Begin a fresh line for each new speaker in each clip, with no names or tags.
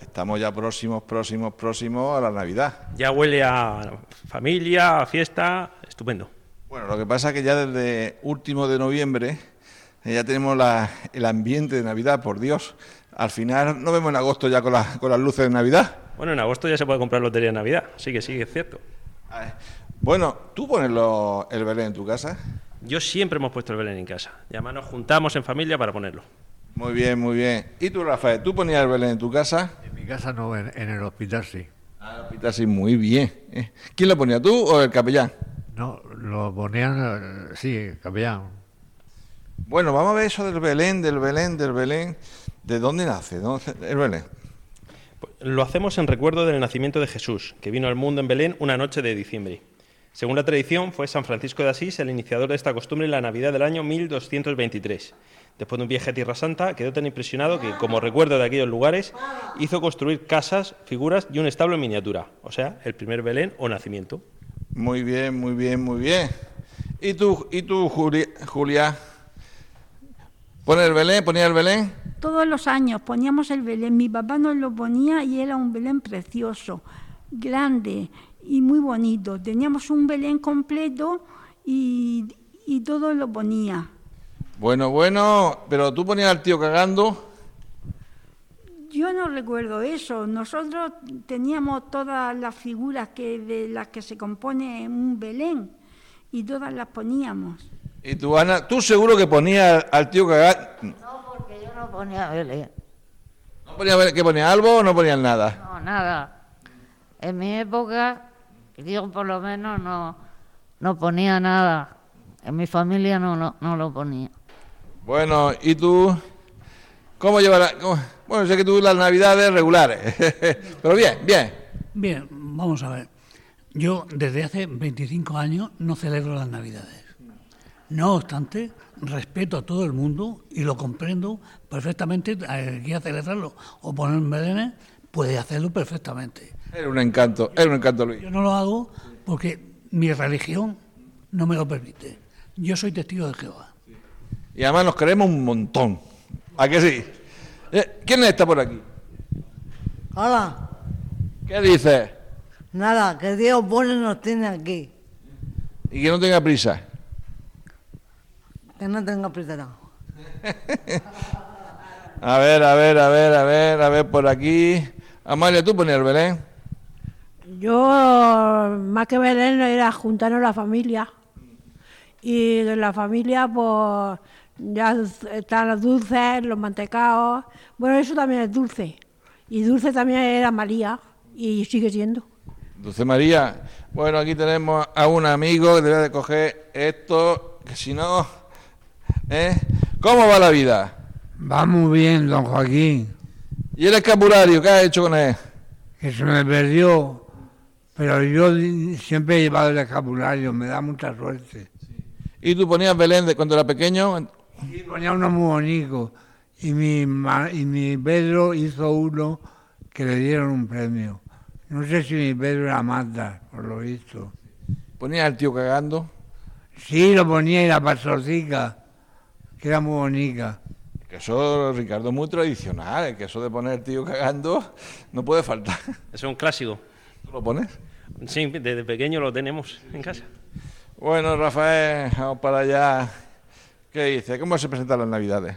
estamos ya próximos, próximos, próximos a la Navidad.
Ya huele a familia, a fiesta, estupendo.
Bueno, lo que pasa es que ya desde último de noviembre eh, ya tenemos la- el ambiente de Navidad, por Dios. Al final nos vemos en agosto ya con, la- con las luces de Navidad.
Bueno, en agosto ya se puede comprar lotería de Navidad, así que sí, es cierto.
A ver, Ah, eh. Bueno, ¿tú pones lo- el Belén en tu casa?
Yo siempre hemos puesto el Belén en casa. Y además nos juntamos en familia para ponerlo.
Muy bien, muy bien. ¿Y tú, Rafael, tú ponías el Belén en tu casa?
En mi casa no, en, en el hospital sí.
Ah, lo sí, muy bien. eh. ¿Quién lo ponía, tú o el capellán?
No, lo ponían, eh, sí, capellán.
Bueno, vamos a ver eso del Belén, del Belén, del Belén. ¿De dónde nace no? el Belén?
Lo hacemos en recuerdo del nacimiento de Jesús, que vino al mundo en Belén una noche de diciembre. Según la tradición, fue San Francisco de Asís el iniciador de esta costumbre en la Navidad del año 1223. Después de un viaje a Tierra Santa, quedó tan impresionado que, como recuerdo de aquellos lugares, hizo construir casas, figuras y un establo en miniatura, o sea, el primer Belén o nacimiento.
Muy bien, muy bien, muy bien. ¿Y tú, y tú Juli- Julia? ¿Pones el Belén? ¿Ponía el Belén?
Todos los años poníamos el Belén, mi papá nos lo ponía y era un Belén precioso, grande y muy bonito. Teníamos un Belén completo y, y todo lo ponía.
Bueno, bueno, pero tú ponías al tío cagando.
Yo no recuerdo eso, nosotros teníamos todas las figuras que, de las que se compone un Belén y todas las poníamos.
¿Y tú, Ana? ¿Tú seguro que ponías al tío cagando?
No, porque yo no ponía Belén.
¿No ponía Belén? ¿Que ponía algo o no ponías nada?
No, nada. En mi época, yo por lo menos no, no ponía nada. En mi familia no, no, no lo ponía.
Bueno, ¿y tú? ¿Cómo llevarás? Bueno, sé que tú las navidades regulares. pero bien, bien.
Bien, vamos a ver. Yo desde hace 25 años no celebro las Navidades. No obstante, respeto a todo el mundo y lo comprendo perfectamente. El que quiera celebrarlo o poner belenes puede hacerlo perfectamente.
Era un encanto, era un encanto, Luis.
Yo no lo hago porque mi religión no me lo permite. Yo soy testigo de Jehová.
Y además nos creemos un montón. ¿A que sí? Eh, ¿Quién está por aquí?
Hola,
¿Qué dices?
nada, que Dios bueno nos tiene aquí,
Y que no tenga prisa.
que no tenga prisa.
A ver, a ver, a ver, a ver, a ver por aquí. Amalia, tú ponías el Belén.
Yo, más que Belén, era juntarnos la familia. Y de la familia, pues, ya están los dulces, los mantecados. Bueno, eso también es dulce. Y dulce también era María, y sigue siendo.
Dulce María. Bueno, aquí tenemos a un amigo que debe de coger esto, que si no... ¿eh? ¿Cómo va la vida?
Va muy bien, don Joaquín,
¿Y el escapulario? ¿Qué has hecho con él?
que se me perdió, pero yo di- siempre he llevado el escapulario, me da mucha suerte.
¿Y tú ponías Belén de cuando era pequeño?
Y ponía uno muy bonito, y mi, ma- y mi Pedro hizo uno que le dieron un premio. No sé si mi Pedro era Mata, por lo visto.
¿Ponías al tío cagando?
Sí, lo ponía y la pastorcica, que era muy bonita.
Que eso, Ricardo, es muy tradicional, eh, que eso de poner tío cagando no puede faltar.
Es un clásico.
¿Tú lo pones?
Sí, desde pequeño lo tenemos en casa.
Bueno, Rafael, vamos para allá. ¿Qué dice? ¿Cómo se presentan las Navidades?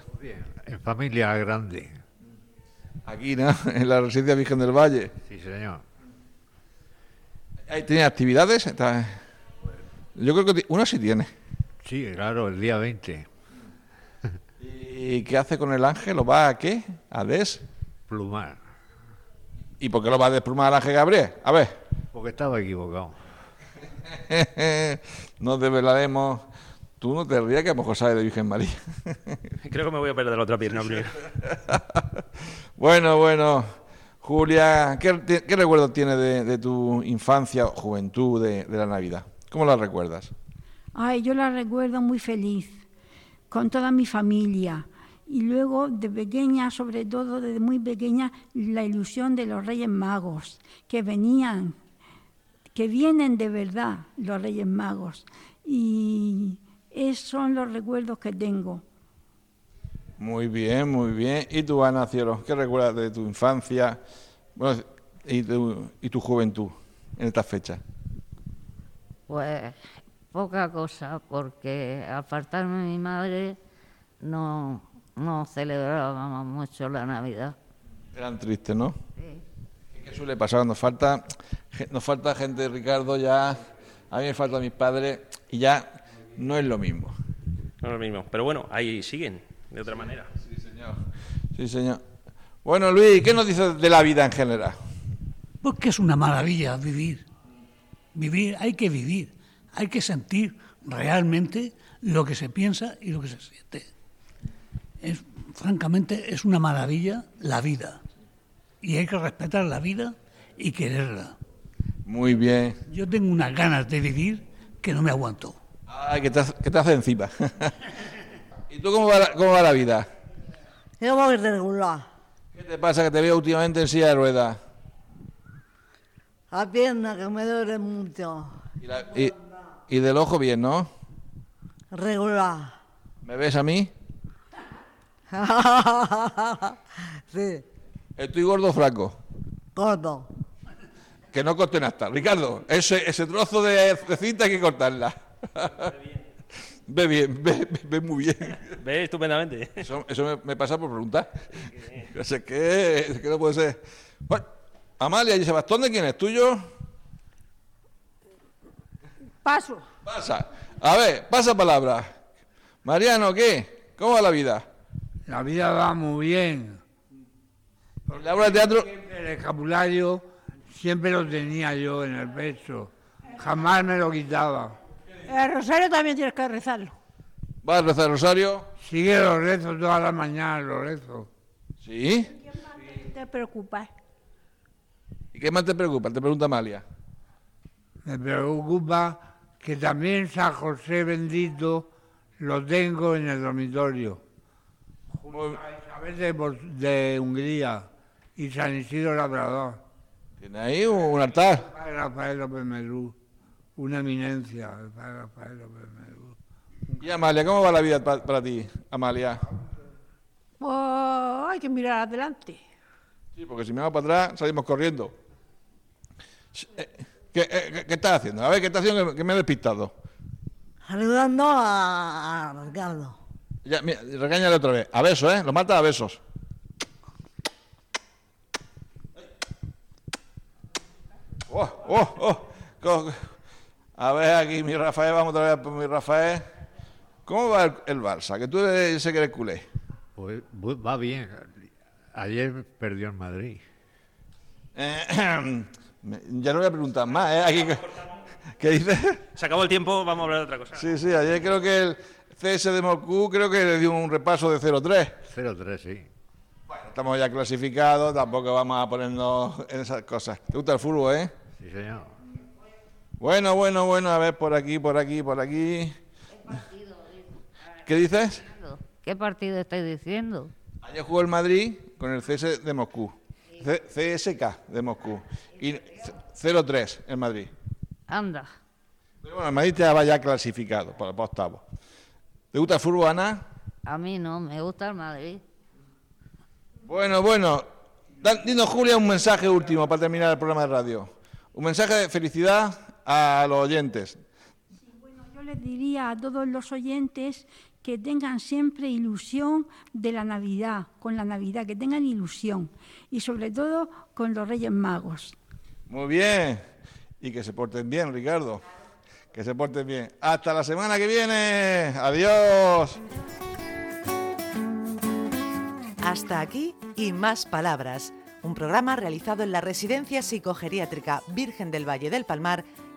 En familia grande.
Aquí, ¿no? En la Residencia Virgen del Valle.
Sí, señor.
Ahí ¿Tiene actividades? Está- Yo creo que ti- una sí tiene.
Sí, claro, el día 20.
¿Y qué hace con el ángel? ¿Lo va a qué? ¿A des?
Plumar.
¿Y por qué lo va a desplumar al ángel Gabriel? A ver.
Porque estaba equivocado.
Nos desvelaremos. Tú no te rías que a lo mejor sabes de Virgen María.
Creo que me voy a perder la otra pierna primero.
Bueno, bueno. Julia, ¿qué, te- qué recuerdo tienes de, de tu infancia o juventud de, de la Navidad? ¿Cómo la recuerdas?
Ay, yo la recuerdo muy feliz, con toda mi familia. Y luego, de pequeña, sobre todo desde muy pequeña, la ilusión de los Reyes Magos, que venían, que vienen de verdad los Reyes Magos. Y esos son los recuerdos que tengo.
Muy bien, muy bien. ¿Y tú, Ana Cielos, qué recuerdas de tu infancia bueno, y, tu, y tu juventud en estas fechas?
Pues poca cosa, porque apartarme de mi madre no, no celebrábamos mucho la Navidad.
Eran tristes, ¿no?
Sí.
¿Qué suele pasar? Nos falta, gen- nos falta gente, Ricardo, ya... A mí me faltan mis padres y ya no es lo mismo.
No es lo mismo. Pero bueno, ahí siguen, de otra manera.
Sí, señor. Sí, señor. Bueno, Luis, ¿qué nos dices de la vida en general?
Porque es una maravilla vivir. Vivir, hay que vivir. Hay que sentir realmente lo que se piensa y lo que se siente. Es, francamente, es una maravilla la vida. Y hay que respetar la vida y quererla.
Muy bien.
Yo tengo unas ganas de vivir que no me aguanto.
Ay, que te, hace- que te hace encima. ¿Y tú cómo va, la, cómo va la vida?
Yo voy regular.
¿Qué te pasa que te veo últimamente en silla de ruedas?
La pierna que me duele mucho.
Y, la- y- y del ojo bien, ¿no?
Regular.
¿Me ves a mí?
sí,
Estoy gordo o flaco.
gordo.
Que no corten hasta. Ricardo, ese, ese trozo de, de cinta hay que cortarla. Ve bien, ve, ve- ve muy bien.
Ve estupendamente.
Eso, eso me, me pasa por preguntar. No sé qué, es que no puede ser. Bueno, Amalia y Sebastón, ¿de quién es? ¿Tuyo?
Paso.
Pasa. A ver, pasa palabra. Mariano, ¿qué? ¿Cómo va la vida?
La vida va muy bien.
La obra de teatro.
El escapulario siempre lo tenía yo en el pecho. Jamás me lo quitaba.
El rosario también tienes que rezarlo.
¿Va a rezar el rosario?
Sigue los rezos toda la mañana, los rezos.
¿Sí?
No te preocupes.
¿Y qué más te preocupa? Te pregunta Amalia.
Me preocupa que también San José bendito lo tengo en el dormitorio.
Muy-
A veces por- de Hungría y San Isidro Labrador.
Tiene ahí un, un altar.
Padre Rafael López Merú, una eminencia, el padre Rafael López Merú.
¿Y Amalia, cómo va la vida pa- para ti, Amalia?
Pues hay que mirar adelante.
Sí, porque si me vamos para atrás, salimos corriendo. Eh, ¿Qué, eh, qué- qué estás haciendo? A ver, ¿qué estás haciendo que, que me he despistado?
Ayudando a, a Ricardo.
Ya, mira, regáñale otra vez. A besos, ¿eh? Lo mata a besos. Oh, oh, oh. Co- A ver, aquí mi Rafael, vamos otra vez por mi Rafael. ¿Cómo va el, el Barça? Que tú eres- sé que eres culé.
Pues, bu- va bien. Ayer perdió en Madrid.
Eh, me- ya no voy a preguntar más, ¿eh? Aquí, ¿Qué dices?
Se acabó el tiempo, vamos a hablar de otra cosa.
Sí, sí, ayer creo que el CS de Moscú creo que le dio un repaso de 0-3.
0-3, sí.
Estamos ya clasificados, tampoco vamos a ponernos en esas cosas. ¿Te gusta el fútbol, eh?
Sí, señor.
Bueno, bueno, bueno, a ver, por aquí, por aquí, por aquí. ¿Qué dices?
¿Qué partido estáis diciendo?
Ayer jugó el Madrid con el CS de Moscú. C- CSK de Moscú. Y c- 0-3 el Madrid.
Anda,
Pero bueno, el Madrid estaba ya clasificado para para octavos. ¿Te gusta el fútbol, Ana?
a mí no, me gusta el Madrid.
Bueno, bueno. Dan- Dinos, Julia, un mensaje último para terminar el programa de radio. Un mensaje de felicidad a los oyentes.
Yo les diría a todos los oyentes que tengan siempre ilusión de la Navidad, con la Navidad, que tengan ilusión y sobre todo con los Reyes Magos.
Muy bien. Y que se porten bien, Ricardo. Que se porten bien. Hasta la semana que viene. Adiós.
Hasta aquí y más palabras, un programa realizado en la Residencia Psicogeriátrica Virgen del Valle del Palmar